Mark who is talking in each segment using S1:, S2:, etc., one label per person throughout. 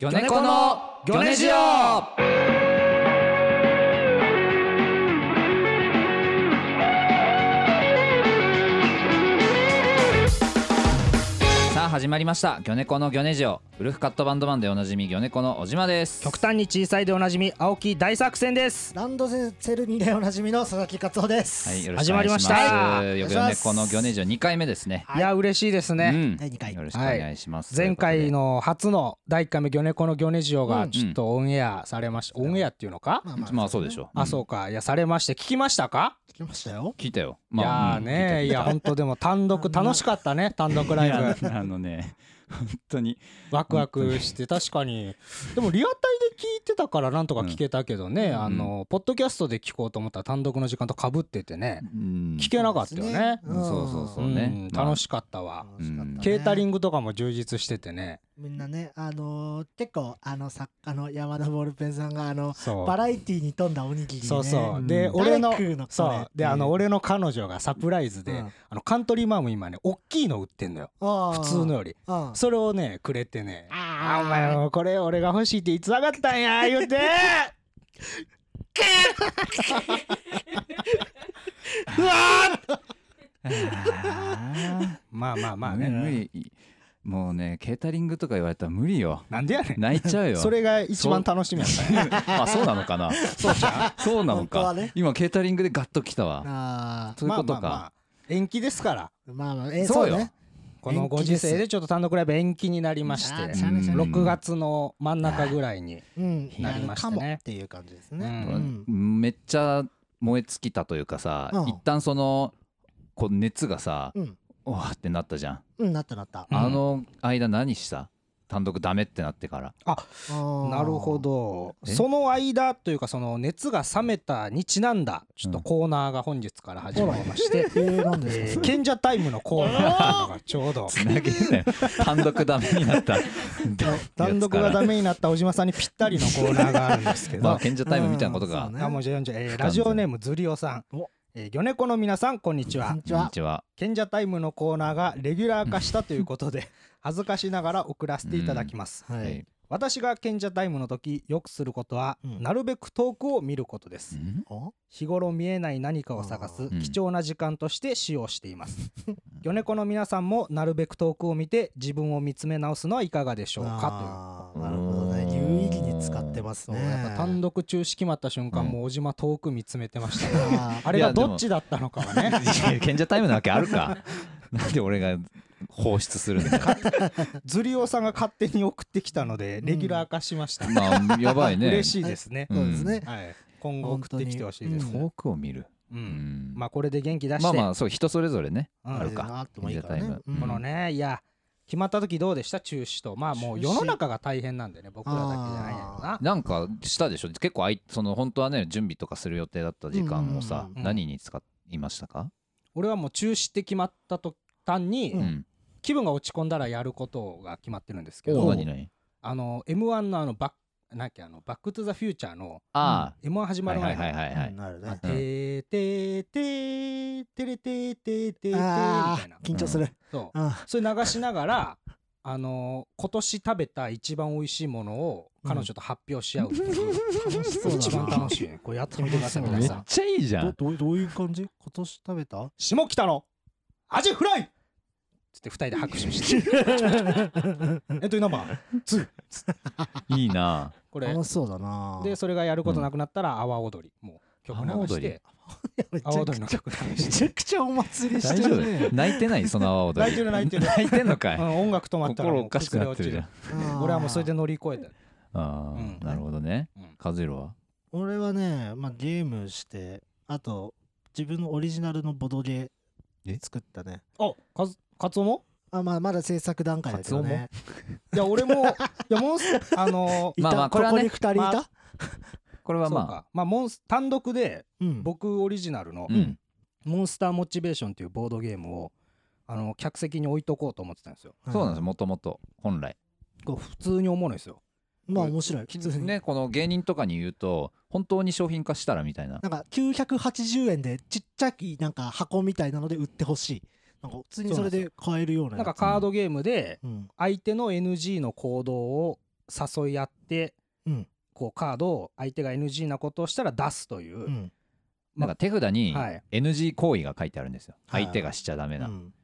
S1: ギョネコのギョネジオさあ始まりましたギョネコのギョネジオウルフカットバンドマンでおなじみギョネコの小島です
S2: 極端に小さいでおなじみ青木大作戦です
S3: ランドセルにでおなじみの佐々木克夫です。
S1: はい、よろし
S2: 始
S1: くお
S2: ま
S1: 願い
S2: り
S1: しま。
S2: ますし
S1: ギ
S2: た
S3: お願いし
S1: ョ
S3: ま
S1: ネ
S3: す
S1: コのギョネジオ2回目ですね。
S2: いや嬉しいです
S1: う
S2: ね、
S1: ん
S3: 第二回
S1: よろしくお願いします。
S2: 前回
S1: の
S2: の初の第1回目ギョネコのギョネジオ
S3: う
S2: が
S3: ん
S2: ちょっとオンエアされました、オンエアっていうのか、
S3: ま
S1: まあそうでし
S3: ょ。
S1: ょ。
S2: あそうかいやされまして聞きましたか、
S3: 聞きましたよ。
S1: 聞いたよ。まあ
S2: いやーね、いや本当でも単独楽しかったね単独
S1: うん
S2: ラ
S1: い
S2: イブ
S1: やあのね本当に
S2: ワクワクして確かにでもリアタイで聞いてたからなんとか聞けたけどね、
S1: ん
S2: あのポッドキャストで聞こうと思ったら単独の時間とかぶっててね
S1: うん
S2: 聞けなかったよね
S3: う
S1: うんんそうそうそう
S2: うん
S1: ね。まあ
S2: 楽しかったわ、
S3: 楽しかったね
S2: ケータリングとかも充実しててね
S3: みんなね、あのー結構あの作家の山田ボールペンさんがあの
S2: そう
S3: バラエティに富んだおにぎりね。
S2: そうそう、
S3: ん
S2: で
S3: 誰
S2: 俺の
S3: 食うの
S2: そ
S3: これ
S2: うであの。俺の彼女がサプライズで、
S3: うん
S2: あのカントリーマーム今ねおっきいの売ってんのよ普
S3: 普
S2: 通の。より
S3: うん
S2: それをねくれてね「
S3: あ
S2: あお前もこれ俺が欲しいっていつ上がったんや」言うて
S3: うわ
S1: あ
S2: まあまあま
S1: ま
S2: あ
S1: あね無
S2: ね
S1: 理もうねケータリングとか言われたら無理よ。
S2: なんでやねん
S1: 泣いちゃうよ。
S2: それが一番楽しみやったね
S1: あそうなのかな。そうじゃん。そうなの
S3: 本当
S1: か
S3: はね。
S1: 今ケータリングでガッときたわ。
S3: あ
S1: そういうこと
S2: まあまあ
S1: か。
S2: まあ延期ですから
S3: ーまあまあえー
S1: そ
S3: そうう
S1: よ
S3: ね。
S2: このご
S3: 延期で
S2: 時
S3: す
S2: 世でちょっと単独ライブ延期になりまし
S3: あー
S2: て
S3: しゃあないしゃあない
S2: 6月の真ん中ぐらいに
S3: うん
S2: なりました
S3: か
S2: ね
S3: もっていう感じですね。
S2: う
S1: めっちゃ燃え尽きたというかさ、
S3: うん
S1: 一旦そのこう熱がさ、
S3: うん
S1: おわってなったじゃん、
S3: うんなったなった。
S2: うん
S1: あの間何した単独ダメってなってから
S3: な
S2: なるほ。ど
S1: え
S2: その間というかその熱が冷めたにちなんだちょっとコーナーが本日から始まりまして、
S3: えー、なんですか
S2: え
S3: そ
S2: ー
S3: れ
S2: 賢者タイムのコーナーっていうのがちょう ど
S1: つなげるなよ単独ダメになった
S2: 単 独がダ
S1: メ
S2: メになった小島さんにぴったりのコーナーがあるんですけど、
S1: ま あ賢者タイムみたいなこと
S3: う
S1: が
S3: んそうね
S2: あもうじゃあじゃあえーラジオネームずりおさん
S3: お、
S2: えー、魚猫の皆さんこんにち
S3: こん
S2: は
S3: にち
S1: こんに
S3: は。
S1: ちは
S2: 賢者タイムのコーナーがレギュラー化したということで 恥ずかしながら送らせていただきます、
S3: は。
S1: はいい
S2: 私が賢者タイムの時よくすることは、
S3: うん
S2: なるべく遠くを見ることです、
S1: ん
S3: お
S2: 日頃見えない何かを探す
S1: ん
S2: 貴重な時間として使用しています魚猫の皆さんもなるべく遠くを見て自分を見つめ直すのはいかがでしょうか
S3: あーなるほどね有意義に使ってます
S2: という
S3: ね
S2: そうやっぱ 単独中止決まった瞬間、
S1: うん
S2: もう小島遠く見つめてましたね
S3: あー
S2: あれがどっちだったのかはね
S1: いや賢者タイムなわけある かなんで俺が放出するんだよ
S2: ズリオさんが勝手に送ってきたのでレギュラー化しました、
S1: まあやばいね
S2: 嬉しいですね、
S1: ん
S3: そうですね
S2: はい、今後送ってきてほしいです、
S3: 本当に
S1: 遠くを見る、
S2: うん
S1: うん
S2: まあこれで元気出して、
S1: まあまあそう人それぞれね
S2: うん
S1: あるか
S3: あってもいいか
S1: 賢
S3: らね
S1: 者タイム
S3: うん
S2: このねいや決まった時どうでした中止とまあもう世の中が大変なんでね僕らだけじゃないんやろな
S1: なんかしたでしょ結構あいその本当はね準備とかする予定だった時間をさ、
S3: うん
S2: うんうん
S1: 何に使いましたか、
S2: 俺はもう中止って決まった途端に、
S3: うん
S2: 気分が落ち込んだらやることが決まってるんですけ
S1: お
S2: ど
S1: 何何
S2: あの m 1のあのバックなんだっけあのバック・トゥ・ザ・フューチャーの
S1: あ
S2: m 1始
S1: あ、
S2: ま
S1: はい
S2: る
S1: は
S2: 前
S1: い
S2: に
S1: はいはいはい、
S3: うんなる
S2: あ
S3: ね
S2: てーてーてーてれてーてーてーてーみ
S3: あ
S2: たいな
S3: ー緊張する
S2: そう
S3: うん
S2: それ流しながらあの今年食べた一番美味しいものを彼女と発表し合うっていう、
S3: 楽しそうだな
S2: 一番楽しいねこれやってみてください
S3: 楽しそ
S1: めっ
S2: 皆さ
S3: う
S2: ん
S1: ちゃいいじゃん
S3: どどどういう感じ今年食べた
S2: 下北のアジフライつって二人で拍手してえっとナンバー
S1: いいな
S2: これ
S3: 楽しそうだな
S2: でそれがやることなくなったら阿波踊りもう曲流して
S3: めち
S2: 阿波
S3: ゃ
S2: 踊
S3: く
S2: りの
S3: ちゃ
S2: 曲流
S3: め
S2: して
S3: ちゃくちゃお祭りし
S1: 大
S3: て
S1: 丈
S3: るね
S1: 夫泣いてないその泡踊り
S2: 泣いてる泣いてる
S1: 泣いてんのか
S2: うん
S1: い
S2: 音楽止まったら
S1: 心
S2: も
S1: お
S2: う
S1: かしく
S2: 崩れ
S1: なってる
S2: 落ち
S1: じゃ
S2: る
S1: ん
S3: あー
S2: 俺はもうそれで乗り越えた
S1: あー
S2: うん
S1: なるほどね
S2: うん
S1: 和弘は
S3: 俺はねまあゲームしてあと自分のオリジナルのボドゲ
S1: え
S3: 作ったね
S2: あかずカツオも
S3: あまあまだ制作段階だけどね
S2: いや俺もいやモンスあ の
S3: い
S1: まあまあ
S3: た
S1: これはね
S3: こに二人い
S2: ま
S3: た
S2: あ
S1: これは
S2: そう
S1: ま
S2: かまあモンス単独で
S3: うん
S2: 僕オリジナルの
S1: あうん
S2: モンスターモチベーションっていうボードゲームをあの客席に置いとこうと思ってたんですよ
S1: そうなんですもともと本来
S2: こう普通に思うんですよ
S3: まあ面白い普通に
S1: ねこの芸人とかに言うと本当に商品化したらみたいな
S3: なんか980円でちっちゃいなんか箱みたいなので売ってほしい。なんか普通にそれで買えるような
S2: な
S3: や
S2: ん
S3: つ
S2: かカードゲームで
S3: うん
S2: 相手の NG の行動を誘い合って
S3: うん
S2: こうカードを相手が NG なことをしたら出すという、
S3: うん
S1: なんか手札に
S2: はい
S1: NG 行為が書いてあるんですよ
S3: はい
S1: 相手がしちゃダメな
S3: うん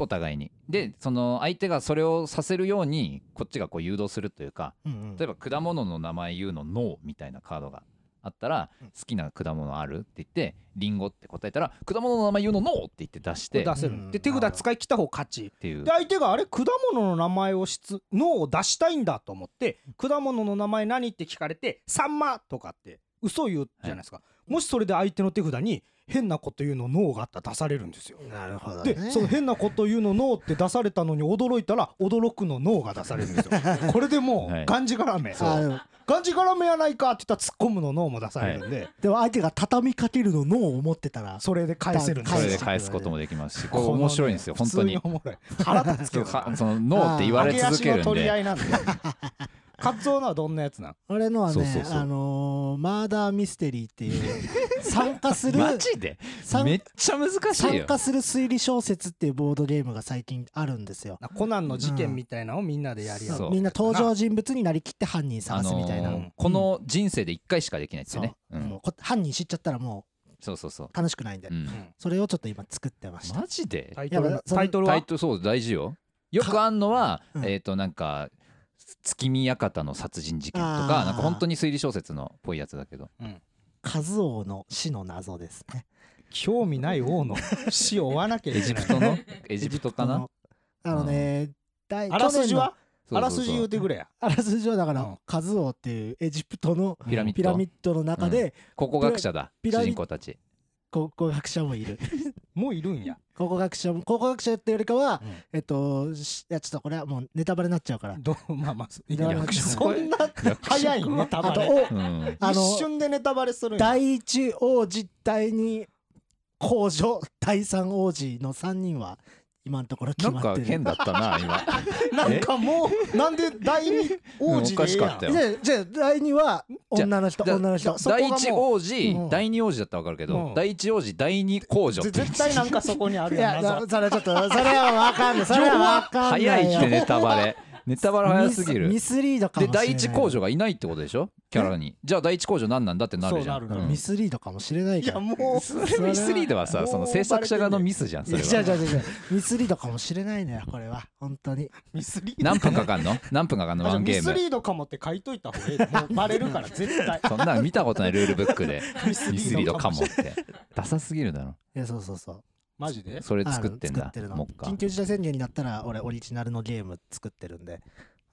S1: お互いにでその相手がそれをさせるようにこっちがこう誘導するというか
S3: うんうん
S1: 例えば果物の名前言うの「ノー」みたいなカードがあったら
S3: うん
S1: 好きな果物あるって言って「リンゴ」って答えたら果物の名前言うの「ノー」って言って出して
S2: 出
S1: っ
S2: せる、
S3: うん
S2: で手札使い切った方勝ち
S1: ていう
S2: で相手があれ果物の名前をしつ脳を出したいんだと思って果物の名前何って聞かれて「サンマ」とかって嘘言うじゃないですか、もしそれで相手の手札に変なこと言うの脳があったら出されるんですよ
S3: なるほどね
S2: でその変なこと言うの脳って出されたのに驚いたら驚くの脳が出されるん ですよこれでも
S1: はいう
S2: がんじがらめ、
S3: あーでも
S2: がんじがらめやないかって言ったら突っ込むの脳も出されるんで、
S3: でも相手が畳みかけるの脳を持ってたら
S2: それで返せるんで
S1: そ
S2: す
S1: れ
S2: よ
S1: で返すこともできますしこれ面白いんですよ
S2: こ
S1: 本
S2: の
S1: 当
S2: ね
S1: に
S2: 普通おもろい腹立つけ
S1: そ
S2: ど
S1: うか
S2: な
S1: その「ノー」って言われ続け
S2: 揚
S1: るん
S2: 取り合
S1: で
S2: いなんでカツオのはどんなやつなん
S3: 俺のはね
S1: そうそうそう
S3: あのーマーダーミステリーっていう参加する
S1: マジで
S3: 参
S1: めっちゃ難しい
S3: 参
S1: よ
S3: 加する推理小説っていうボードゲームが最近あるんですよ。
S2: なコナンの事件みたいなのをみんなでやり合う
S1: そう
S3: みんな登場人物になりきって犯人
S1: あ
S3: 探すみたいな。
S1: のーこの人生で一回しかできないです
S3: そう
S1: よねうん
S3: もうこ犯人知っちゃったらも
S1: そうそうそう
S3: う楽しくないんで、
S1: うん
S2: うん
S3: それをちょっと今作ってました。
S1: マジで
S2: タイトル
S3: い
S2: な
S3: やその
S2: タイトル
S1: タ
S2: は
S1: イトルそう大事よよくあんのは、
S3: うん
S1: えっ、となんか月見館の殺人事件と
S3: あ
S1: か
S3: ー
S1: なんか本当に推理小説のっぽいやつだけ ど
S3: カズオの死の謎ですね。
S2: 興味ない王の死を追わなきゃい
S1: エ
S2: け
S1: ジ
S2: ない
S1: プトのエジプトかな
S3: あのね、大
S2: あらすじは
S1: そうそうそう
S2: あらすじ言うてくれや
S3: あらすじはだから、
S2: うん
S3: カズオっていうエジプトの
S1: ピラミッド
S3: ピラミッドの中で、
S1: 考古学者だ
S3: ピ
S1: 主
S3: ラミ
S1: 人公たち
S3: 考古学者もいる。
S2: もういるんや
S3: 考古学者も考古学者っていうよりかは、
S2: うん
S3: えっと、しいやちょっとこれはもうネタバレになっちゃうから。
S2: どうまあまあいい
S3: いや
S2: やそんな早いネタ
S3: あ
S2: バ
S3: と、
S2: レ
S3: お
S1: うん
S3: あの
S2: 一瞬でネタバレするんや
S3: 第一王子第二公女第三王子の3人は今のところ
S1: な
S3: 決
S1: ん
S3: ま
S1: か
S3: ってる
S1: 変だったな今
S2: なんかもうなんで第二王子
S1: お
S2: で
S1: か
S2: ええ
S1: しか
S2: や
S1: っ
S2: ん
S1: たよ
S3: じゃあじゃあ第二は女の人
S1: だ
S3: 女の人
S2: だそこがも
S1: 第
S2: う
S1: 一王子、
S3: うん
S1: 第二王子だったらわかるけど、
S2: うん
S1: 第一王子第二公女
S2: ぜ絶対なんかそこにあ
S3: い
S2: るや
S3: や
S2: ん
S3: だ
S2: 謎
S3: それはちょっとそれはわかんないそれはわかんな
S1: 早
S3: い
S1: い
S3: よ
S1: ってネタバレネタバレ早すぎ
S3: ミス
S1: る
S3: ミスリードかも
S1: で
S3: しれない
S1: 第一公女がいないってことでしょキャラにじゃあ第一公女何なんだってなるじゃん
S2: そうなるなる
S1: うん
S3: ミスリードかもしれない
S2: い
S3: か
S2: や
S3: ら
S2: もう
S1: それミスリードは
S2: も
S1: さ
S2: う
S1: その制作者側のミスじゃんそれ
S3: じゃあ
S1: は
S3: じゃあじゃあミスリードかもしれないのよこれは本当に
S2: ミスリード
S1: 何分かかんの何分かかんの
S2: あじゃ
S1: ワ
S2: あ
S1: ンゲ
S2: ミ
S1: ー
S2: ス
S1: ム
S2: リードかもって書いといた方がいいもうバレる から絶対
S1: そんなの見たことないルールブックで
S2: ミ
S1: ミスリードかもってダサすぎるだろ
S3: いやそうそうそう
S2: マジで
S1: それ作ってん
S3: あの
S1: だ
S3: 作ってるの
S1: もっか
S3: 緊急事態宣言になったら俺オリジナルのゲーム作ってるんで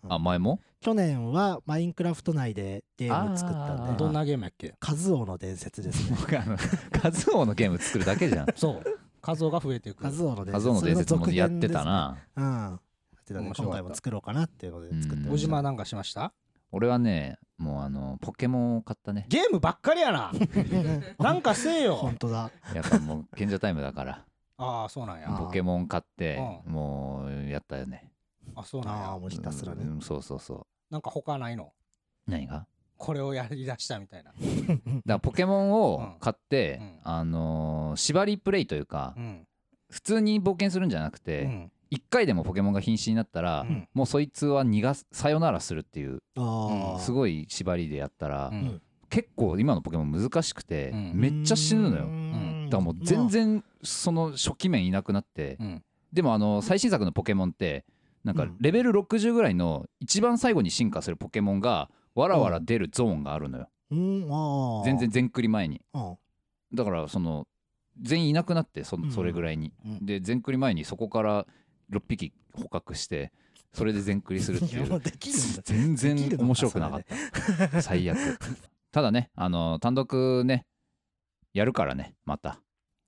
S1: あ前も
S3: 去年はマインクラフト内でゲーム作った
S1: あー
S3: んで
S2: どんなゲームやっけ
S3: カズオの伝説ですね。
S1: 僕あのカズオのゲーム作るだけじゃん
S2: そう数が増えていく
S3: カズオの伝説。
S1: カズオの伝説もやってたな
S3: それの続編ですね。うん。やってたね
S2: 面白か
S3: 今
S2: った
S3: 回も作ろうかなっていうので作って
S1: うん
S2: 小
S3: ました
S2: 島なんかしました
S1: 俺はねもうあのポケモンを買った ね
S2: ゲームばっかりや ななんかせえよ
S3: 本当だ。
S1: やっぱもう賢者タイムだから
S2: ああそうなん
S3: あ
S2: や
S1: ポケモン買って
S2: う
S1: もうやったよね
S2: あそうなん
S3: ああ、
S2: や
S3: もうひたすら
S1: う
S3: ね。
S1: んそうそうそう
S2: なんか他ないの
S1: 何が
S2: これをやりだしたみたいな
S1: だからポケモンを買って、
S2: うんうん
S1: あのー縛りプレイというか、
S2: うん
S1: 普通に冒険するんじゃなく
S2: う
S1: て、
S2: ん
S1: 一1回でもポケモンが瀕死になったら、
S2: うん
S1: もうそいつは逃がすさよならするっていう
S3: ああ。
S1: すごい縛りでやったら、
S2: うん
S3: ん
S1: 結構今のポケモン難しくて、
S2: うん
S1: めっちゃ死ぬのよ。
S3: ん
S1: だからもう全。然その初期面いなくなって、
S2: うん
S1: でもあの最新作のポケモンってなん
S3: う
S1: か
S3: ん
S1: レベル60ぐらいの一番最後に進化するポケモンがわらわら出るゾーンがあるのよ、
S3: うん、ああ。
S1: 全然。全クリ前に
S3: うん。
S1: だからその全員いなくなってそ
S3: うん
S1: それぐらいに、
S3: うん
S1: で全クリ前にそこから6匹捕獲してそれで全クリするって
S3: い
S1: い
S3: やも
S1: う
S3: うできるんだ。
S1: 全
S3: できる
S1: 然
S3: のか
S1: 面白くなかった最悪ただねあの単独ねやるからねまた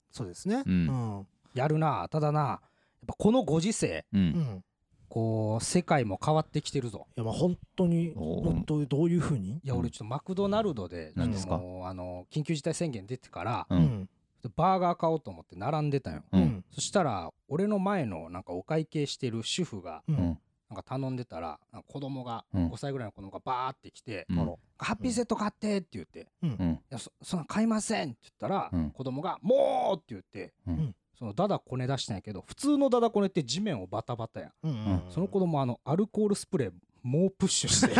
S3: そうですね。
S1: う
S3: うんん。
S2: やるなただなやっぱこのご時世
S1: う
S3: うんん。
S2: こう世界も変わってきてるぞ
S3: いや、まあ本当に、
S1: おー
S3: 本当にどういうふう
S2: い
S3: に
S2: や俺ちょっとマクドナルドで
S1: 何ですか
S2: もうあの緊急事態宣言出てから
S1: う
S3: うんん。
S2: バーガー買おうと思って並んでたよ
S1: う
S3: うんん。
S2: そしたら俺の前のなんかお会計してる主婦が
S3: う
S1: うんん。
S2: なんか頼んでたらなんか子供が
S1: うん
S2: 5歳ぐらいの子供がバーって来て
S1: うん
S2: 「ハッピーセット買って」って言って「い
S1: うん
S2: やそそんなん買いません」って言ったら
S1: うん
S2: 子供が「もう!」って言って
S1: うん
S2: そのダダこね出したんやけど普通のダダこねって地面をバタバタやん
S3: うん。
S2: その子供あのアルコールスプレー猛プッシュ して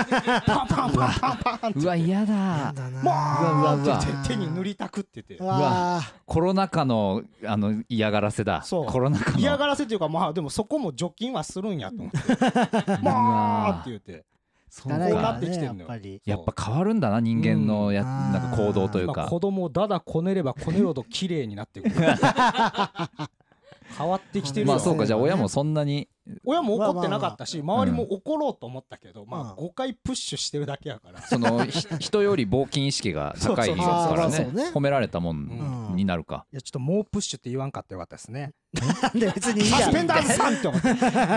S2: パンパンパンパンパンって
S1: うわ嫌だ
S3: だな
S2: もう
S1: うわ
S2: ー
S1: う
S2: っ
S1: わ
S2: て言って手に塗りたくってて
S3: うわ
S1: コロナ禍のあの嫌がらせだ
S2: そう
S1: コロナ禍の
S2: 嫌がらせっていうかまあでもそこも除菌はするんやと思ってもうって言って
S1: そう
S3: ー
S1: か
S2: だ
S3: 辛いから
S2: こうなってきてんのよ
S3: ねやっぱり
S1: やっぱ変わるんだな人間のや、
S3: うん
S1: なんか行動という
S2: まあ
S1: か
S2: 子供をだだこねればこねるほど綺麗にな ってくる変わってきてるよ、
S1: まあそうかじゃあ親もそんなに
S2: 親も怒ってなかったし、
S1: あ
S2: 周りも怒ろうと思ったけど、まあ
S3: うん
S2: 5回プッシュしてるだけやから、
S1: そのひ人より冒険意識が高 いですから
S3: そう
S1: ね
S3: そうそうそうね
S1: 褒められたも
S3: うんん
S1: になるか
S2: いやちょっと猛プッシュって言わんかったよかったですね
S3: なんで別にいい
S2: サ
S3: や
S2: スペンダーズさんって思 って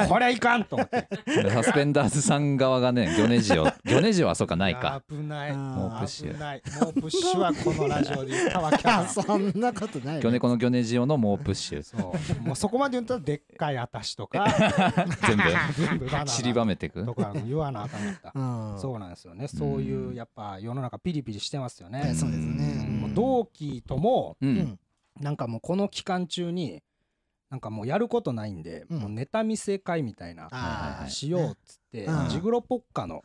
S2: これはいかんと思って
S1: サスペンダーズさん側がねギョ ネジオギョネジオはそうかないか
S2: 危ない
S3: うん猛
S1: プッシュ
S2: 危ない猛プッシュはこのラジオで言ったわけ や
S3: そんなことないよ
S1: ギョネコのギョネジオの猛プッシュ
S2: そうもうそこまで言ったらでっかいあたしとか
S1: 全部
S2: 全部バナナ
S1: 散りばめていく
S2: とか言わなあかんかった
S3: うん
S2: そうなんですよねそういうやっぱ世の中ピリピリしてますよね
S3: ねそうですね
S1: うん
S2: もう同期とも
S1: う
S3: うんん
S2: なんかもうこの期間中になんかもうやることないんで、
S3: うん
S2: もうネタ見せ会みたいな
S3: あー
S2: しようっつって、
S3: うん
S2: ジグロポッカの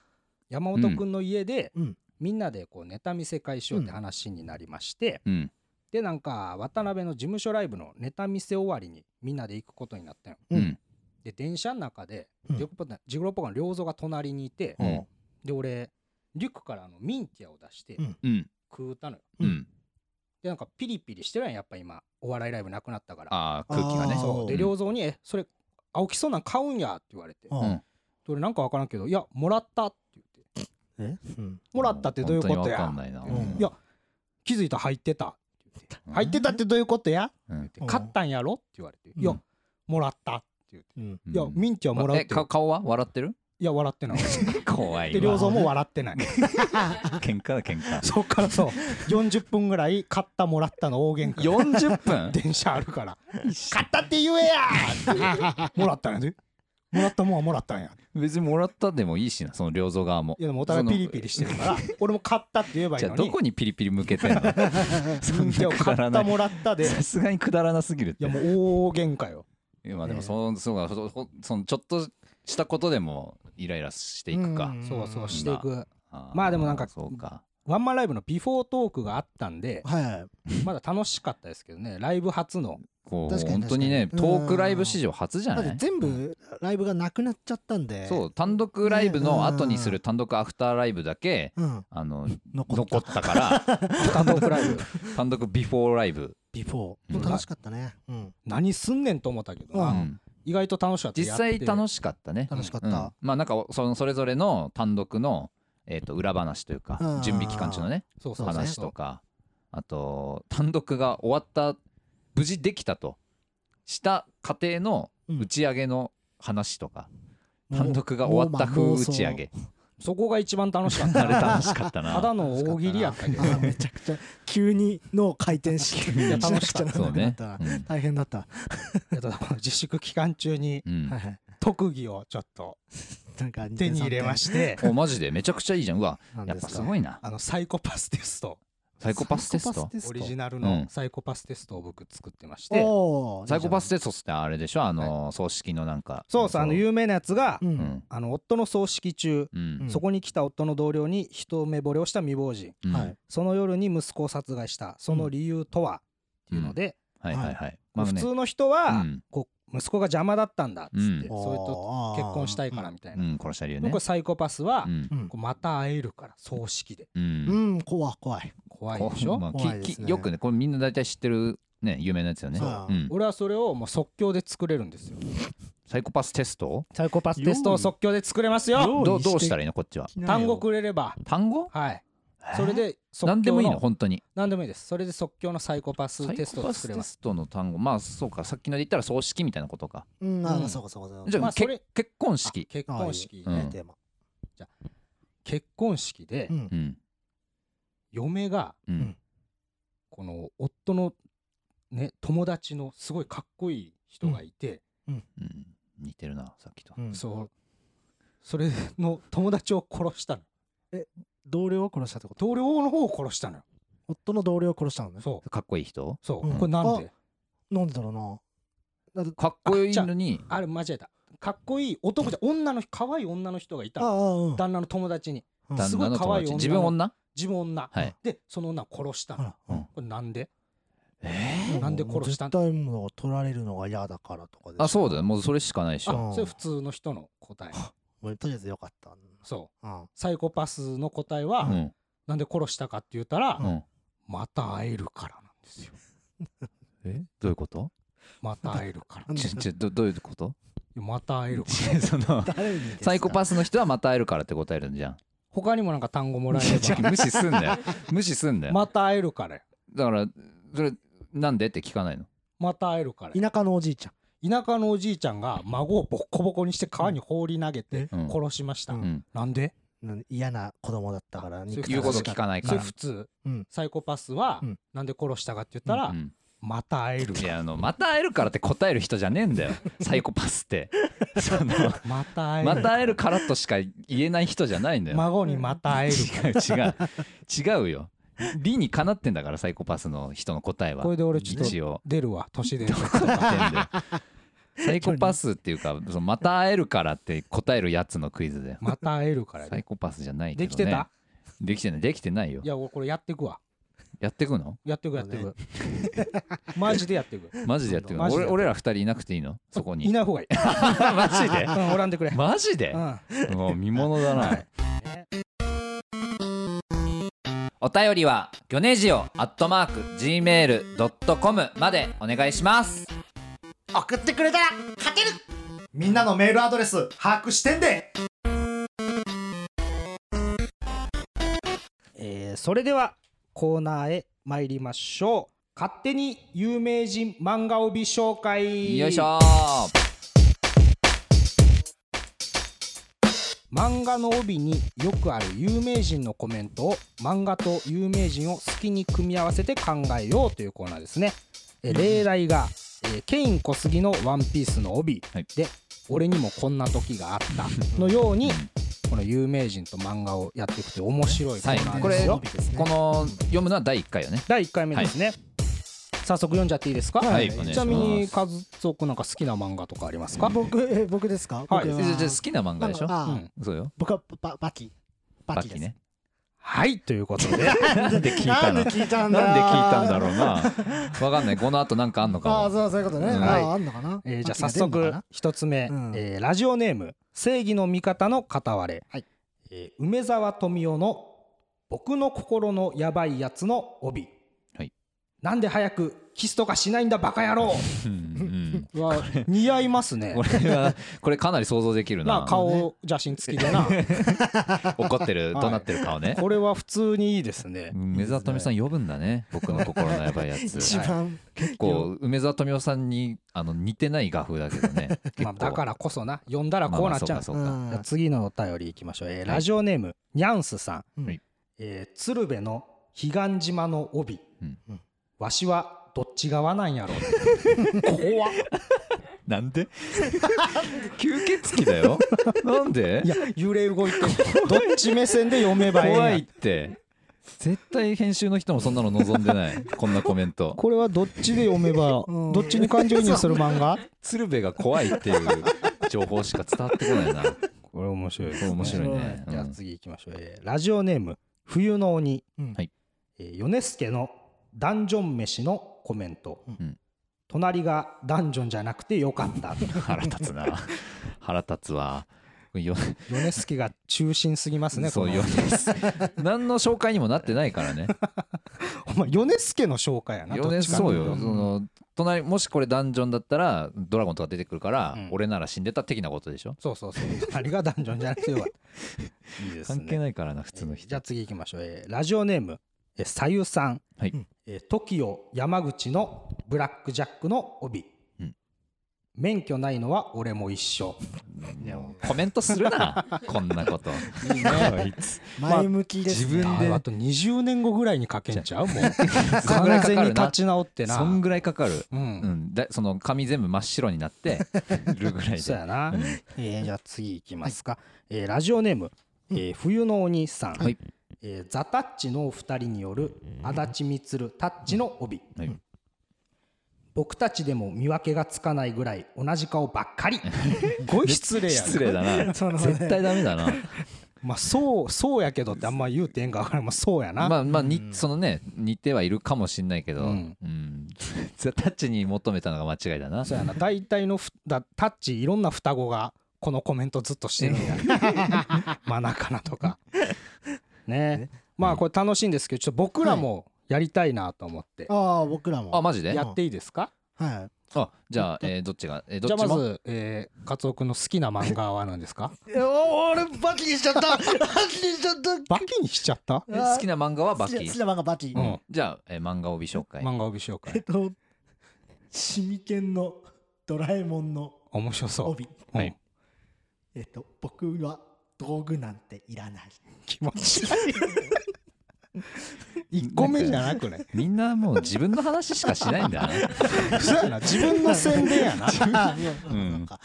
S2: 山本くんの家で、
S3: うん
S2: みんなでこうネタ見せ会しようって話になりまして、
S1: うん
S2: でなんか渡辺の事務所ライブのネタ見せ終わりにみんなで行くことになったよ
S1: う
S3: うんん
S2: で電車の中で、
S3: うん
S2: ジグロポッカジグロポッカの良三が隣にいて、
S1: うん
S2: で俺リュックからあのミンティアを出して
S3: うん
S1: うん
S2: 食うたのよ、
S1: うん
S2: でなんかピリピリしてるやんやっぱ今お笑いライブなくなったから
S1: ああ空気がね
S3: あー
S2: そうで
S1: うん
S2: 良三に「えそれ青木そうなん買うんや」って言われて
S3: うん
S1: うん
S2: で俺なんか分からんけど「いやもらった」って言って
S3: えうん
S2: 「もらったってどういうことや?」
S1: 本当にわかん
S3: う
S1: ない
S3: ん
S1: ない
S2: や気づいたら入ってた」って言って
S1: うん
S2: 入ってたってどういうことや?」って
S1: うん
S2: 言って
S3: うん
S2: 買ったんやろ?」って言われて「
S3: うん
S2: いやもらった」って言って
S3: うん
S2: 「いや
S1: うん
S2: ミンティアもらう」っ
S1: え
S2: て
S1: か顔は笑って る
S2: いや笑ってない
S1: 怖い
S2: で
S1: わ
S2: 良三も笑ってない
S1: 喧嘩だ喧嘩
S2: そっからそう40分ぐらい買ったもらったの大喧嘩
S1: 40分
S2: 電車あるから「買ったって言えや!」ってもらったんやでもらったもんはもらったんや
S1: 別にもらったでもいいしなその良三側も
S2: いやでもお互いピリピリしてるから俺も買ったって言えばいい
S1: じゃ
S2: の
S1: あ
S2: に
S1: どこにピリピリ向けてん のそん
S2: いや
S1: なくだ
S2: 買
S1: ら
S2: っ
S1: な
S2: た
S1: い
S2: もらったでい
S1: さすがにくだらなすぎるって
S2: やもう大喧嘩よ
S1: いやまあでもそのそうかそそそのちょっとしたことでもイライラしていくか、
S3: ん
S2: そうそうしていく
S1: あー
S2: まあでもなんか
S1: そうか
S2: ワンマンライブのビフォートークがあったんで
S3: は
S2: まだ楽しかったですけどねライブ初の
S1: こう
S3: 確かに
S1: 本当にね
S3: 確か
S1: ト
S3: に
S1: ークライブ史上初じ
S3: い
S1: ゃ
S3: だ
S1: な
S3: って
S1: い
S3: 全部ライブがなくなっちゃったんで
S1: そう単独ライブの後にす
S3: ね
S1: る単独アフターライブだけ
S3: うん
S1: あの
S3: 残っ
S1: 残
S3: た
S1: ったから
S2: 単独ライブ
S1: 単独ビフォーライブ、
S3: ビフォ
S1: うん
S3: ー楽しかったねうん
S2: 何すんねんと思ったけどな
S3: う
S1: うんん
S2: 意外と楽しかった
S1: 実際
S2: し
S1: 楽しかったね
S3: 楽しかっ
S1: うん
S3: た
S1: まあなんかそのそれぞれの単独の、えー、と裏話というか
S3: うん
S1: 準備期間中のね
S2: そうそうそう
S1: 話とかあと単独が終わった無事できたとした過程の
S3: うん
S1: 打ち上げの話とか、
S3: もう
S1: 単独が終わった風打ち上げ
S2: そこが一番楽しかっ
S1: あ
S2: た
S1: れ楽しかったな
S2: ただの大喜利 やったけど
S3: あーめちゃくちゃ急に脳回転し
S2: いや
S3: な
S2: 楽
S3: く
S2: し
S3: ち
S2: か
S3: ゃ
S2: っ
S3: な
S2: た
S1: そう
S3: らなくなっ
S1: ね
S3: たな、
S1: うん
S3: 大変だった
S2: えっとこの自粛期間中に
S1: うん
S3: はいはい
S2: 特技をちょっと
S3: なんか
S2: 手に入れましてて
S1: おマジでめちゃくちゃいいじゃんうわやっぱすご
S3: い
S1: いな
S2: あのサイコパステスト
S1: サイコパステスト
S2: オリジ
S3: ナ
S2: ナル
S1: うん
S2: のサイコパステストを僕作ってまして、
S3: ル
S1: サイコパステストってあれでしょあの葬式のなんか
S2: そうそうあの有名なやつが、
S3: う
S1: うんん
S2: あの夫の葬式中、
S1: うん
S2: そこに来た夫の同僚に一目惚れをした未亡人
S1: うん
S3: はい
S2: その夜に息子を殺害したその理由とは、っていうので、
S1: はいはいはい
S2: ま
S1: ま
S2: あ
S1: あね
S2: 普通の人は、
S1: うん
S2: こう息子が邪魔だったんだっつって、
S1: うん
S2: それと
S3: と
S2: 結婚したいからみたいな、
S1: うん殺した理由ね
S2: 僕はサイコパスは、
S1: うん
S3: うん
S2: こうまた会えるから葬式で
S1: うん
S3: うん怖い怖い
S2: 怖いでしょ、
S1: まあ
S3: 怖いで
S1: き
S3: すね
S1: きよくねこれみんな大体知ってるね有名なやつよね
S3: そう
S1: うん
S2: 俺はそれをもう即興で作れるんですよ
S1: サイコパステスト
S2: サイコパステストを即興で作れますよ
S3: 用意
S1: どう
S3: して
S1: どうしたらいいのこっちは
S2: 単語くれれば
S1: 単語
S2: はいそれで即興の
S1: 何でもいいの本当に
S2: 何でもいいですそれで即興のサイコパス
S1: サイ
S2: テスト
S1: コ
S2: を
S1: パ
S2: 作
S1: ス
S2: れ
S1: テ
S2: ます
S1: ストの単語まあそうかさっきので言ったら葬式みたいなことか
S3: うんあ
S2: うん
S3: ーそうかそうかそうか
S1: じゃ
S2: ま
S1: あ
S2: あそ
S1: け
S2: れ
S1: 結婚式
S2: 結婚式
S1: あいい
S3: ね
S1: うん
S3: テーマ
S2: 結婚式で
S3: うん
S1: うん
S2: 嫁が
S1: うん
S2: この夫のね友達のすごいかっこいい人がいて
S1: うん似てるなさっきと
S3: うん
S2: そうそれの友達を殺したの
S3: 同僚を殺したってこと
S2: 同僚の方を殺したのよ
S3: 夫の同僚を殺したのね
S2: そう
S1: かっこいい人
S2: そううんこれなんで
S3: なんでだろうなだって
S1: かっこいいのに
S2: あれ間違えたかっこいい男じゃ女の可愛い女の人がい
S3: あ
S2: た
S3: あうん
S2: 旦那の友達に
S3: うん
S1: 旦
S2: すご
S1: 那
S2: い
S1: の
S2: 可
S1: 友
S2: 愛い
S1: 達
S2: 女
S1: 自分
S2: の
S1: 女
S2: 自分女
S1: はい
S2: でその女を殺した
S3: あ
S2: の
S3: らうん
S2: これなんで
S1: え
S2: なんで殺したん
S3: 絶対もう取られるのが嫌だからとかでしょ
S1: ーあそうだよもうそれしかないでしょ
S3: あ
S2: あそれ普通の人の答え
S3: もうとりあえずよかった
S2: そう
S3: うん
S2: サイコパスの答え
S1: う
S2: は
S1: ん
S2: なんで殺したかって言ったら
S1: うん
S2: また会えるからなんですよ
S1: えどういうこと
S2: また会えるから
S3: なんで
S1: ちちどどういうこと
S2: また会えるから
S1: その
S3: 誰にですか
S1: サイコパスの人はまた会えるからって答えるんじゃん
S2: 他にもなんか単語もらえ
S1: い
S2: れ
S1: や無視すんだよ無視すんだ
S2: ば
S1: よ、
S2: また会えるからよ
S1: だからそれなんでって聞かないの
S2: また会えるからよ
S3: 田舎のおじいちゃん
S2: 田舎のおじいちゃんが孫をボッコボコにして川に放り投げて
S1: うん
S2: 殺しました、
S3: うん
S1: うん
S2: なんで
S3: なんで嫌な子供だったから
S2: そういう
S3: 憎
S1: 言うこと
S3: た
S1: 聞かない
S2: そ
S1: か
S2: れ
S1: ら
S2: 普通、
S3: うん
S2: サイコパスは
S3: うん
S2: なんで殺したかって言ったら、
S1: うん
S2: また会える
S1: いやあのまた会えるからって答える人じゃねえんだよサイコパスってその
S2: また会える
S1: また会えるからとしか言えない人じゃないんだよ
S2: 孫にまた会える
S1: 違う違う違うよ理にかなってんだからサイコパスの人の答えは
S2: これで俺ちょっと
S1: 一応
S2: 出るわ年で
S1: どこ見てんだよサイコパスっていうかそのまた会えるからって答えるやつのクイズだよ
S2: また会えるから
S1: サイコパスじゃないけど、ね、
S2: できてた
S1: できてないできてないよ
S2: いや俺これやっていくわ
S1: やってくの
S2: やっていくやっていく、マジでやっていく
S1: マジでやってくの
S2: マジで
S1: 俺俺ら二人いなくていいのそこ に
S2: いない方がいい
S1: マジで
S2: うんおらんでくれ、
S1: マジで
S2: う、ん
S1: もう見物だなお便りはギョネジオアットマーク Gmail.com までお願いします
S3: 送ってくれたら勝てる
S2: みんなのメールアドレス把握してんでえーそれではコーナーへ参りましょう勝手に有名人漫画帯紹介
S1: よいしょ
S2: 漫画の帯によくある有名人のコメントを漫画と有名人を好きに組み合わせて考えようというコーナーですね、えー例題が、えーケイン小杉の「ワンピースの帯
S1: はい
S2: で「俺にもこんな時があった」のようにこの有名人と漫画をやっていくという面白いコーナーですよ、
S1: は
S3: ですね
S1: この読むのは第1回よね
S2: 第1回目ですね、早速読んじゃっていいですか、
S1: はいお願い
S2: ち
S1: しま
S2: な
S1: す
S2: みに和夫君なんか好きな漫画とかありますか、
S3: 僕え僕ですか
S2: はい
S3: 僕
S1: じゃあじゃあ好きな漫画でしょ
S3: あ
S2: うん
S1: そうよ
S3: 僕はババキバ
S1: バ
S3: キで
S1: キ
S3: す
S1: ね
S2: はいということ で
S1: なんで聞いた
S3: なん
S1: の
S3: で聞いたんだ
S1: なんで聞いたんだろうな わかんないこの後なんかあんの
S3: あ
S1: かも
S3: あそうそういうことね、
S1: うん
S3: あああんのかな、
S2: えーじゃあ
S3: バ
S2: 早
S3: キが出んのか
S2: 速
S3: な
S2: 一つ目、
S3: うん
S2: えーラジオネーム「正義の味方の片割れ」
S3: はい
S2: えー梅沢富美男の「僕の心のやばいやつ」の帯、
S1: はい
S2: なんで早くキスとかしないんだバカ 野郎
S1: うんうん
S2: は似合いますね
S1: これはこれかなり想像できる
S2: まあ
S1: な
S2: 顔写真付き でな
S1: 怒ってる怒鳴ってる顔ね
S2: これは普通にいいですね
S1: 梅沢富美男さん呼ぶんだね僕の心のやばいやつ
S3: 一番
S1: 結構梅沢富美男さんにあの似てない画風だけどね結構
S2: まあ、だからこそな読んだらこうなっちゃ
S1: まあま
S2: う,、
S1: あそうかそうか
S3: うん
S2: じゃあ次のお便りいきましょう、えーラジオネーム、ニャンスさん、
S1: はい
S2: えー鶴瓶の彼岸島の帯、
S1: うん
S2: わしはどっち側なん やろ怖っ
S1: なんで 吸血鬼だよなんで
S2: いや幽霊動いてるどっち目線で読めばいい
S1: 怖いって絶対編集の人もそんなの望んでないこんなコメント
S2: これはどっちで読めば、
S3: うん
S2: どっちに感情移入する漫画
S1: 鶴瓶が怖いっていう情報しか伝わってこないなこ
S2: これ面白い
S1: れ面白いね、う
S2: じゃあ
S1: ん、
S2: 次行きましょう、えーラジオネーム冬の鬼、
S3: うん
S1: はい
S2: えーヨネスケのダンジョン飯のコメント、
S1: ん
S2: 隣がダンジョンじゃなくてよかった
S1: 腹立つ な腹立つわよ
S2: ヨネスケが中心すぎますね
S1: そう
S2: この
S1: よ 何の紹介にもなってないからね
S2: お前ヨネスケの紹介やな
S1: よね
S2: どっちかって
S1: そう
S2: いと
S1: よその隣もしこれダンジョンだったらドラゴンとか出てくるから、
S2: うん
S1: 俺なら死んでた的なことでしょ
S2: そうそうそう隣がダンジョンじゃなくてよかったいいですね
S1: 関係ないからな普通の
S2: じ
S1: 人、
S2: ゃあ次行きましょう、えーラジオネームえーさゆさん、
S1: はい
S3: うん
S2: えー TOKIO 山口のブラックジャックの帯、
S1: うん
S2: 免許ないのは俺も一緒
S1: いやコメントする なこんなこと
S2: いい
S1: こ
S2: ね
S1: いつ
S3: 前向きです、
S1: 自
S3: ね
S1: 分で
S2: あと20年後ぐらいに書けんちゃうもう
S1: そんぐらいかか
S2: 完全に
S1: る
S2: 立
S1: な
S2: ち直ってな
S1: そんぐらいかかる、
S2: う、
S1: うんん、だその髪全部真っ白になって るぐらい
S2: そう
S1: で
S2: やな、
S1: うん
S2: えーじゃあ次いきますか、えーラジオネーム、えー冬のお兄さん、
S1: はい
S2: えーザ・タッチのお二人による足立みつるタッチの帯、
S1: はい
S2: 僕たちでも見分けがつかないぐらい同じ顔ばっ かりごい失礼やな
S1: 失礼だな
S2: その
S1: 絶対ダメだな
S2: まあそうそうやけどってあんま言うてええんか分からんまあそうやな、
S1: まあまあに
S3: うん
S1: そのね似てはいるかもしんないけど、
S2: う
S1: うんん ザタッチに求めたのが間違いだな
S2: そうやな大体のふだタッチいろんな双子がこのコメントずっとしてるん やマナカナとかね
S3: ね
S2: まあこれ楽しいんですけどちょっと僕らもやりたいなと思って、
S3: ああ僕らも
S1: あマジで
S2: やっていいですか
S3: は
S1: あじゃあ、えーどっちが、えー
S2: じ
S1: ど
S2: ゃ
S1: っち
S2: あま
S1: も
S2: ず、えー、カツオ君の好きな漫画は何ですか
S3: いいやお俺バキにしちゃったバキにしちゃった
S2: バキにしちゃった、
S1: え好きな漫画はバッキ
S3: 好き
S1: ー
S3: な漫画バキ、
S2: う
S3: え
S2: ん、
S1: じゃあ、えー漫画帯紹介
S2: 漫画帯紹
S3: っ
S2: 介
S3: とシミケンのドラえもんの
S2: 面白そう、
S3: 帯
S2: うん
S1: はい
S3: えっと僕は道具なんていらない
S2: 気持ち悪い1個目じゃなく ね
S1: みんなもう自分の話しかしないんだな
S2: そうやな自分の宣伝 やな
S3: ああ、
S1: うん
S3: そうか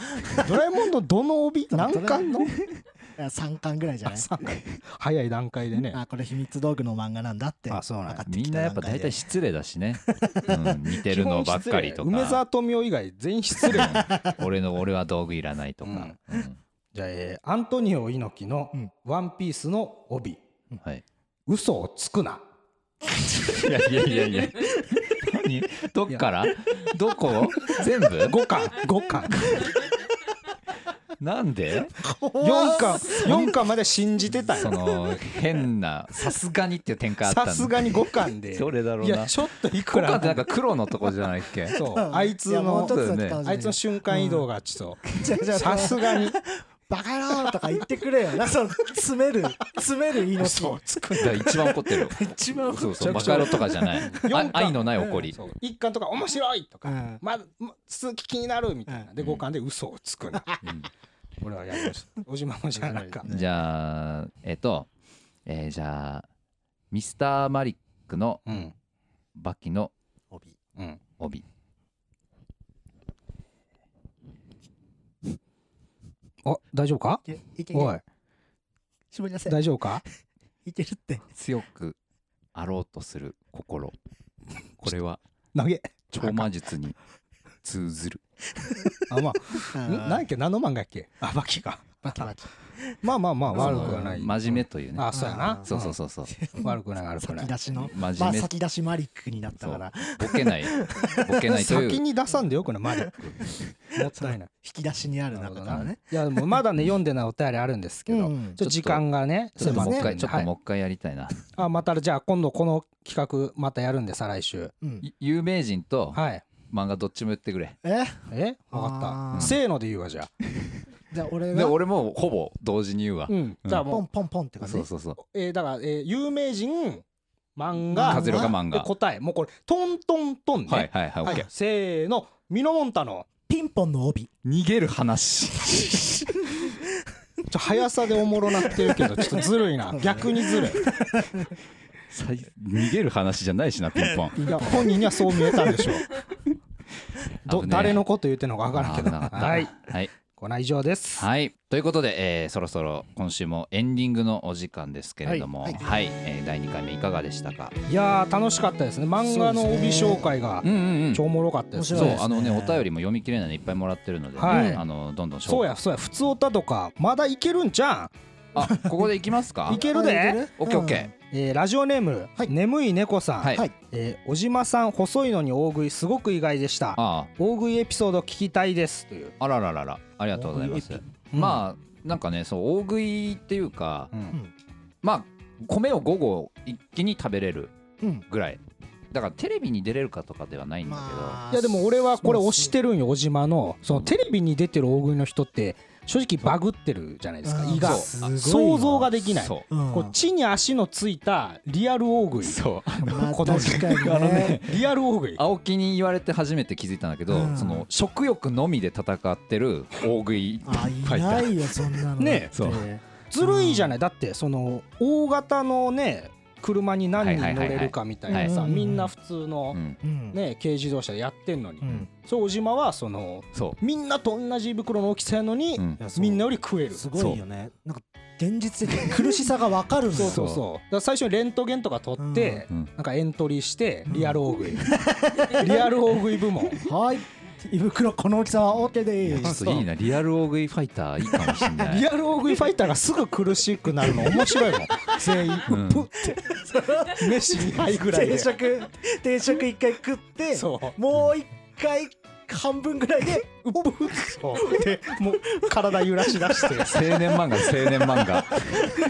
S2: ドラえもんのどの帯何巻の
S3: いや3巻ぐらいじゃない
S2: 朝 早い段階でね
S3: あこれ秘密道具の漫画なんだって
S2: あそう なんや
S3: 分かって
S1: み
S3: き
S1: ん
S3: た
S1: なやっぱ大体失礼だしね、うん、似て
S2: 基
S1: る
S2: 本
S1: の
S2: 失礼
S1: ばっかりと
S2: 梅沢
S1: か
S2: 富美男以外全員失礼じゃあ、
S1: 俺の俺は道具いらないとか、うん
S2: えーアントニオ猪木の
S3: うん
S2: 「ワンピースの帯
S1: はい
S2: 嘘をつくな」
S1: いやいやいやいや何どっからどこ全部
S2: 5巻5巻
S1: なんで
S2: 4巻4巻まで信じてた
S1: そ
S2: よ
S1: の変なさすがにっていう展開あったん
S2: さ
S1: だ
S2: すがに5巻で
S1: どれだろ
S2: いうや
S1: な
S2: ちょっといく
S1: こか
S2: ら
S1: ってなんか黒のとこじゃないっけ
S2: そう
S3: うん
S2: あいつ
S3: やもう
S2: の
S3: ちょっとだけ
S1: ね
S3: 楽しみ
S2: あいつの瞬間移動がちょっ
S3: じゃあじゃ
S2: と
S3: あ
S2: さすがに
S3: バカ野郎とか言ってくれよな その詰める詰める命
S2: 嘘をつく
S1: だから一番怒ってるよ
S3: 一番
S1: そうそう
S2: めちゃ
S1: バカ野
S2: くちゃ
S1: 郎とかじゃないあ
S2: 四巻
S1: 愛のない怒り
S2: そう1巻とか面白いと
S3: う
S2: か
S3: ん
S2: まだ続き気になるみたいなで
S1: うん
S2: 5巻で嘘をつくな
S1: うん
S2: 俺はやりましたおじまもじゃなんか
S1: じゃあえっとえーじゃあミスターマリックの
S2: うん
S1: バキの
S3: 帯
S2: うん
S1: 帯
S2: あ大丈夫か
S3: いけいけい
S2: お
S3: け
S2: い
S3: 絞り出せ
S2: 大丈夫か
S3: いけるって
S1: 強くあろうとする心これは
S2: 投げ
S1: 超魔術に通ずる
S2: あまあ
S3: あー
S2: ん何やっけ何の漫画やっけあバキか
S3: バキバキ
S2: まあまあまあ
S3: そう
S2: 悪くはない
S1: 真面目というね
S2: あそうやな
S1: そうそうそうそう
S2: 悪くない悪くな
S3: 先
S2: い
S3: 出しの
S1: 真
S3: ま
S1: 面
S3: あ
S1: 目
S3: 先出しマリックになったから
S1: ボケないボケないとい
S2: 先
S1: う
S2: に出さんでよくないマ リックもったいない
S3: 引き出しにある
S2: なる
S3: 中
S2: ほど
S3: から
S2: な
S3: ね
S2: いやでもまだね読んでないお便りあるんですけ
S3: う
S2: どちょ
S3: ん
S2: っと時間がね
S1: ちょっと
S2: 迫
S1: もう一
S2: ってるん
S1: 回
S2: で
S1: ちょっ
S2: は
S1: と
S2: い
S1: もう一回やりたいな
S2: あまたじゃあ今度この企画またやるんで再来週
S3: うん
S1: い有名人と
S2: はい
S1: 漫画どっちも言ってくれ
S3: え
S2: え分か
S3: あ
S2: った
S3: ー
S2: せーので言うわじゃあ
S3: じゃあ俺
S1: で
S3: が
S1: 俺もほぼ同時に言うわ
S2: うんじゃあも
S3: ポ
S2: う
S3: ンポンポンって感じ
S1: そうそうそう
S2: えーだから、えー有名人漫画
S1: カズロが漫画
S2: で答えもうこれトントントンね、
S1: はいはいはいオ
S2: は
S1: ッケ
S2: い
S1: ー
S2: せーのミノモンタの
S3: ピンポンの帯
S1: 逃げる話
S2: ちょっと速さでおもろなってるけどちょっとずる いな逆にずる
S1: さい逃げる話じゃないしなピンポン
S2: いいや本人にはそう見えたんで しょうど
S1: 危ねえ
S2: 誰のこと言ってんのか分からんけど
S1: 危なかった
S2: はい
S1: はい
S2: こんな以上です
S1: はいということで、えーそろそろ今週もエンディングのお時間ですけれども
S3: は
S1: はいい、
S3: はい
S1: えー第2回目いかがでしたか
S2: いやー楽しかったですね漫画の帯紹介が
S1: うんうんうん
S2: 超おもろかったで
S3: 面
S2: す
S3: 白
S1: そう
S3: いですね
S1: あのねお便りも読み切れないのいっぱいもらってるので、
S2: はい
S1: あのどんどん紹介
S2: そうやそうや普通歌とかまだいけるんじゃ
S1: あここでいきますか
S2: いけるで
S3: あいける
S1: オッケーオッケー
S2: ん、えーラジオネーム、
S3: はい
S2: 眠い猫さん、
S1: はい、
S3: はい
S2: えー、小島さん細いのに大食いすごく意外でした
S1: あ
S2: 大食いエピソード聞きたいですという
S1: ああららららありがとうございます
S3: 大食
S1: まあなんかねそう大食いっていうか、
S2: うん
S1: まあ米を午後一気に食べれる
S3: うん
S1: ぐらいだからテレビに出れるかとかではないんだけど、
S3: まあ
S2: いやでも俺はこれ
S3: そ
S2: 推
S3: うそう
S2: してるんよ小島のそのテレビに出てる大食いの人って正直バグってるじゃないですか
S3: うん
S2: 胃が
S3: そうあ
S2: 想像ができない
S1: そう
S3: うん
S2: こう地に足のついたリアル大食い
S1: そうあの
S3: まあ
S2: この
S3: 確かにね
S2: あのねリアル大食い
S1: 青木に言われて初めて気づいたんだけど、
S3: うん
S1: その食欲のみで戦ってる大食いいっ
S3: あい
S1: ぱいいた
S3: ないよそんなの
S2: ねえ
S1: そう
S2: ずるいじゃないだってその大型のね車に何人乗れるかみたいなさ
S3: はいはいはいはい
S2: みんな普通の
S1: うん
S3: うん
S2: ね軽自動車でやってんのに
S3: うん
S2: そう小島はその
S1: そ
S2: みんなと同じ胃袋の大きさやのに
S1: う、うん
S3: いやそう
S2: みんなより食える
S3: すごいよねなんか現実的に苦しさが分かるのよ
S2: そうそうそうだから最初にレントゲンとか取って、
S1: うん
S2: なんかエントリーしてリアル大食い、 リアル大食い部門
S3: はい胃袋この大きさは OK で
S1: ちょ
S3: ー
S1: っ
S3: す
S1: と いいなリアル大食いファイターいいかもしんない
S2: リアル大食いファイターがすぐ苦しくなるの面白いもん全員
S1: うん
S2: プッて飯2杯ぐらい
S3: 定
S2: で
S3: 食定食一回食って
S2: そう
S3: もう一回半分ぐらいで
S2: うっぷそうでもう体揺らしだ して
S1: 青年漫画青年漫画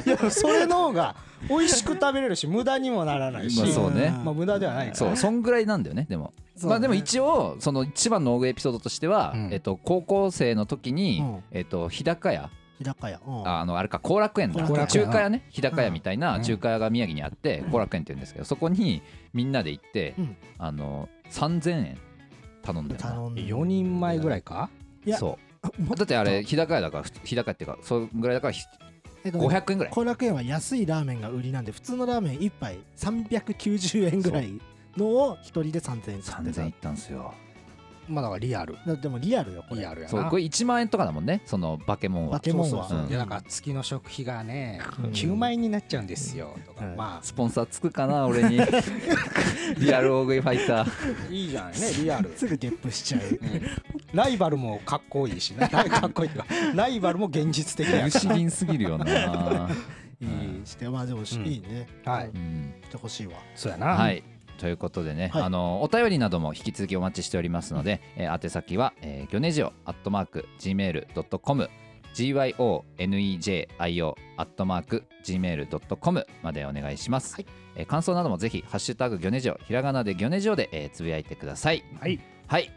S2: いやそれの方が美味しく食べれるし無駄にもならないし、
S1: ま
S2: ま
S1: あ
S2: あ、
S1: そうね
S3: ん
S2: 無駄ではないから
S1: そうそんぐらいなんだよねでも
S3: そう
S1: まあ
S3: ね
S1: でも一応その一番の大食いエピソードとしては、
S2: うん
S1: えっと、高校生の時に、
S3: うん
S1: えっと、日高屋
S3: 日高屋うん
S1: ああのあれか後楽園だ
S3: 後楽園
S1: 中華屋ね日高屋みたいな
S2: うん
S1: 中華屋が宮城にあって後楽園って言うんですけどそこにみんなで行って、
S3: うん
S1: あの3000円頼んだよな
S3: 頼んで
S2: 4人前ぐらいか
S3: いや
S1: そう
S3: もっ
S1: だ
S3: と
S1: ってあれ日高屋だからふ日高屋っていうかそんぐらいだからひ
S3: えっとね
S1: 500円ぐらい
S3: 後楽園は安いラーメンが売りなんで普通のラーメン1杯390円ぐらいのを1人で3000円
S1: 3000円いったんですよ
S2: まあだからリアル
S3: だってでもリアルよこれ
S2: リアルやな
S1: そうこれ1万円とかだもんねそのバケモン
S3: バ
S1: は
S3: ケモンは
S1: そうそうそう
S2: いやだから月の食費がね
S3: うん
S2: 9万円になっちゃうんですよとか、
S3: うん
S2: ま
S1: スポンサーつくかな俺 にリアル大食いファイター
S2: あいいじゃないねリアル
S3: すぐゲップしちゃう
S2: ライバルもかっこいいしねライかっこいいとかライバルも現実的や
S1: 無
S2: し
S1: 資金すぎるよな、
S3: いいしてまあでもし
S2: うん
S3: いいね
S2: はい
S1: うん
S3: してほしいわ
S2: そうやな、
S1: はい。ということでね、
S3: はい
S1: あのお便りなども引き続きお待ちしておりますので、えー宛先は、えー、ギョネジオアットマーク gmail.com gyonejio アットマーク gmail.com までお願いします、
S3: はい
S1: えー感想などもぜひハッシュタグギョネジオひらがなでギョネジオで、えーつぶやいてください
S2: はい
S1: はい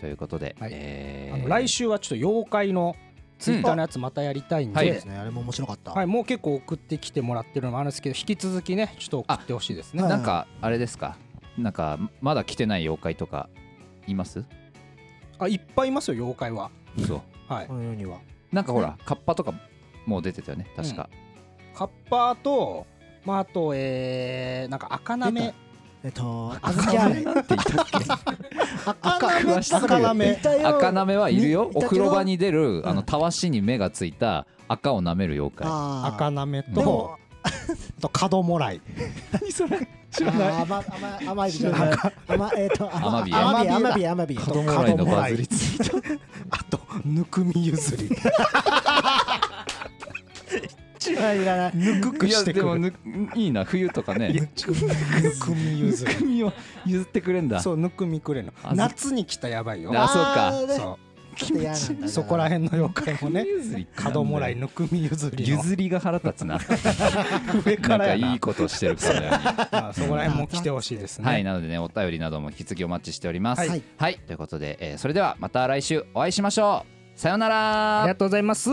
S1: ということで、
S2: はい
S1: えー
S2: あの来週はちょっと妖怪のツイッターのやつまたやりたいんで、
S1: は
S3: そ
S1: いう
S3: ですねあれも面白かった
S2: はい、もう結構送ってきてもらってるのもあるんですけど引き続きねちょっと送ってほしいですね
S3: あ
S1: なんかあれですかなんかまだ来てない妖怪とかいます
S2: あいっぱいいますよ妖怪は
S1: そう
S2: はい
S3: この世には
S1: なんかほらカッパとかもう出てたよね確か、
S2: カッパーとまああとえー、なんか赤な
S3: 出
S2: め
S3: えっとあずきあめ
S1: っていたっけ
S3: 赤なめ
S1: 赤
S3: 赤なめ
S1: い赤なめはいるよ
S3: いた
S1: お
S3: けど
S1: 風呂場に出る、
S3: ん
S1: あのたわしに目がついた赤を舐める妖怪
S3: 赤
S2: 赤なめ
S1: で
S2: とあと角もらい
S1: 何それ知
S3: 甘甘甘エビじゃない甘えっと
S1: アマビエ
S3: 甘エビ甘エビ甘エビ
S1: 子供らいのバズりついた
S2: あとぬくみ譲り
S3: 一番いらない
S2: ぬくく
S1: い
S2: し
S1: や
S2: て
S1: で
S2: く
S1: も
S2: るぬ
S1: ぬいいな冬とかね
S2: くみ譲り
S1: 髪を譲ってくれんだ
S2: そうぬくみくれんの
S1: あず
S2: 夏に来たやばいよ
S1: あそうか
S3: ーね
S2: そ
S3: ちょっと嫌なんだ
S2: う
S3: な
S2: そこら辺の妖怪もね
S1: 髪譲りってなんだよ
S2: 角もらいぬくみ譲りの
S1: 譲りが腹立つな
S2: 上
S1: な
S2: か
S1: ん
S2: ら
S1: か
S2: やない
S1: いことしてるから
S2: まあそこら辺も来てほしいですね
S1: はいなのでねお便りなども引き続きお待ちしております
S3: はい
S1: はい、ということで、えーそれではまた来週お会いしましょうさようなら
S2: ありがとうございます。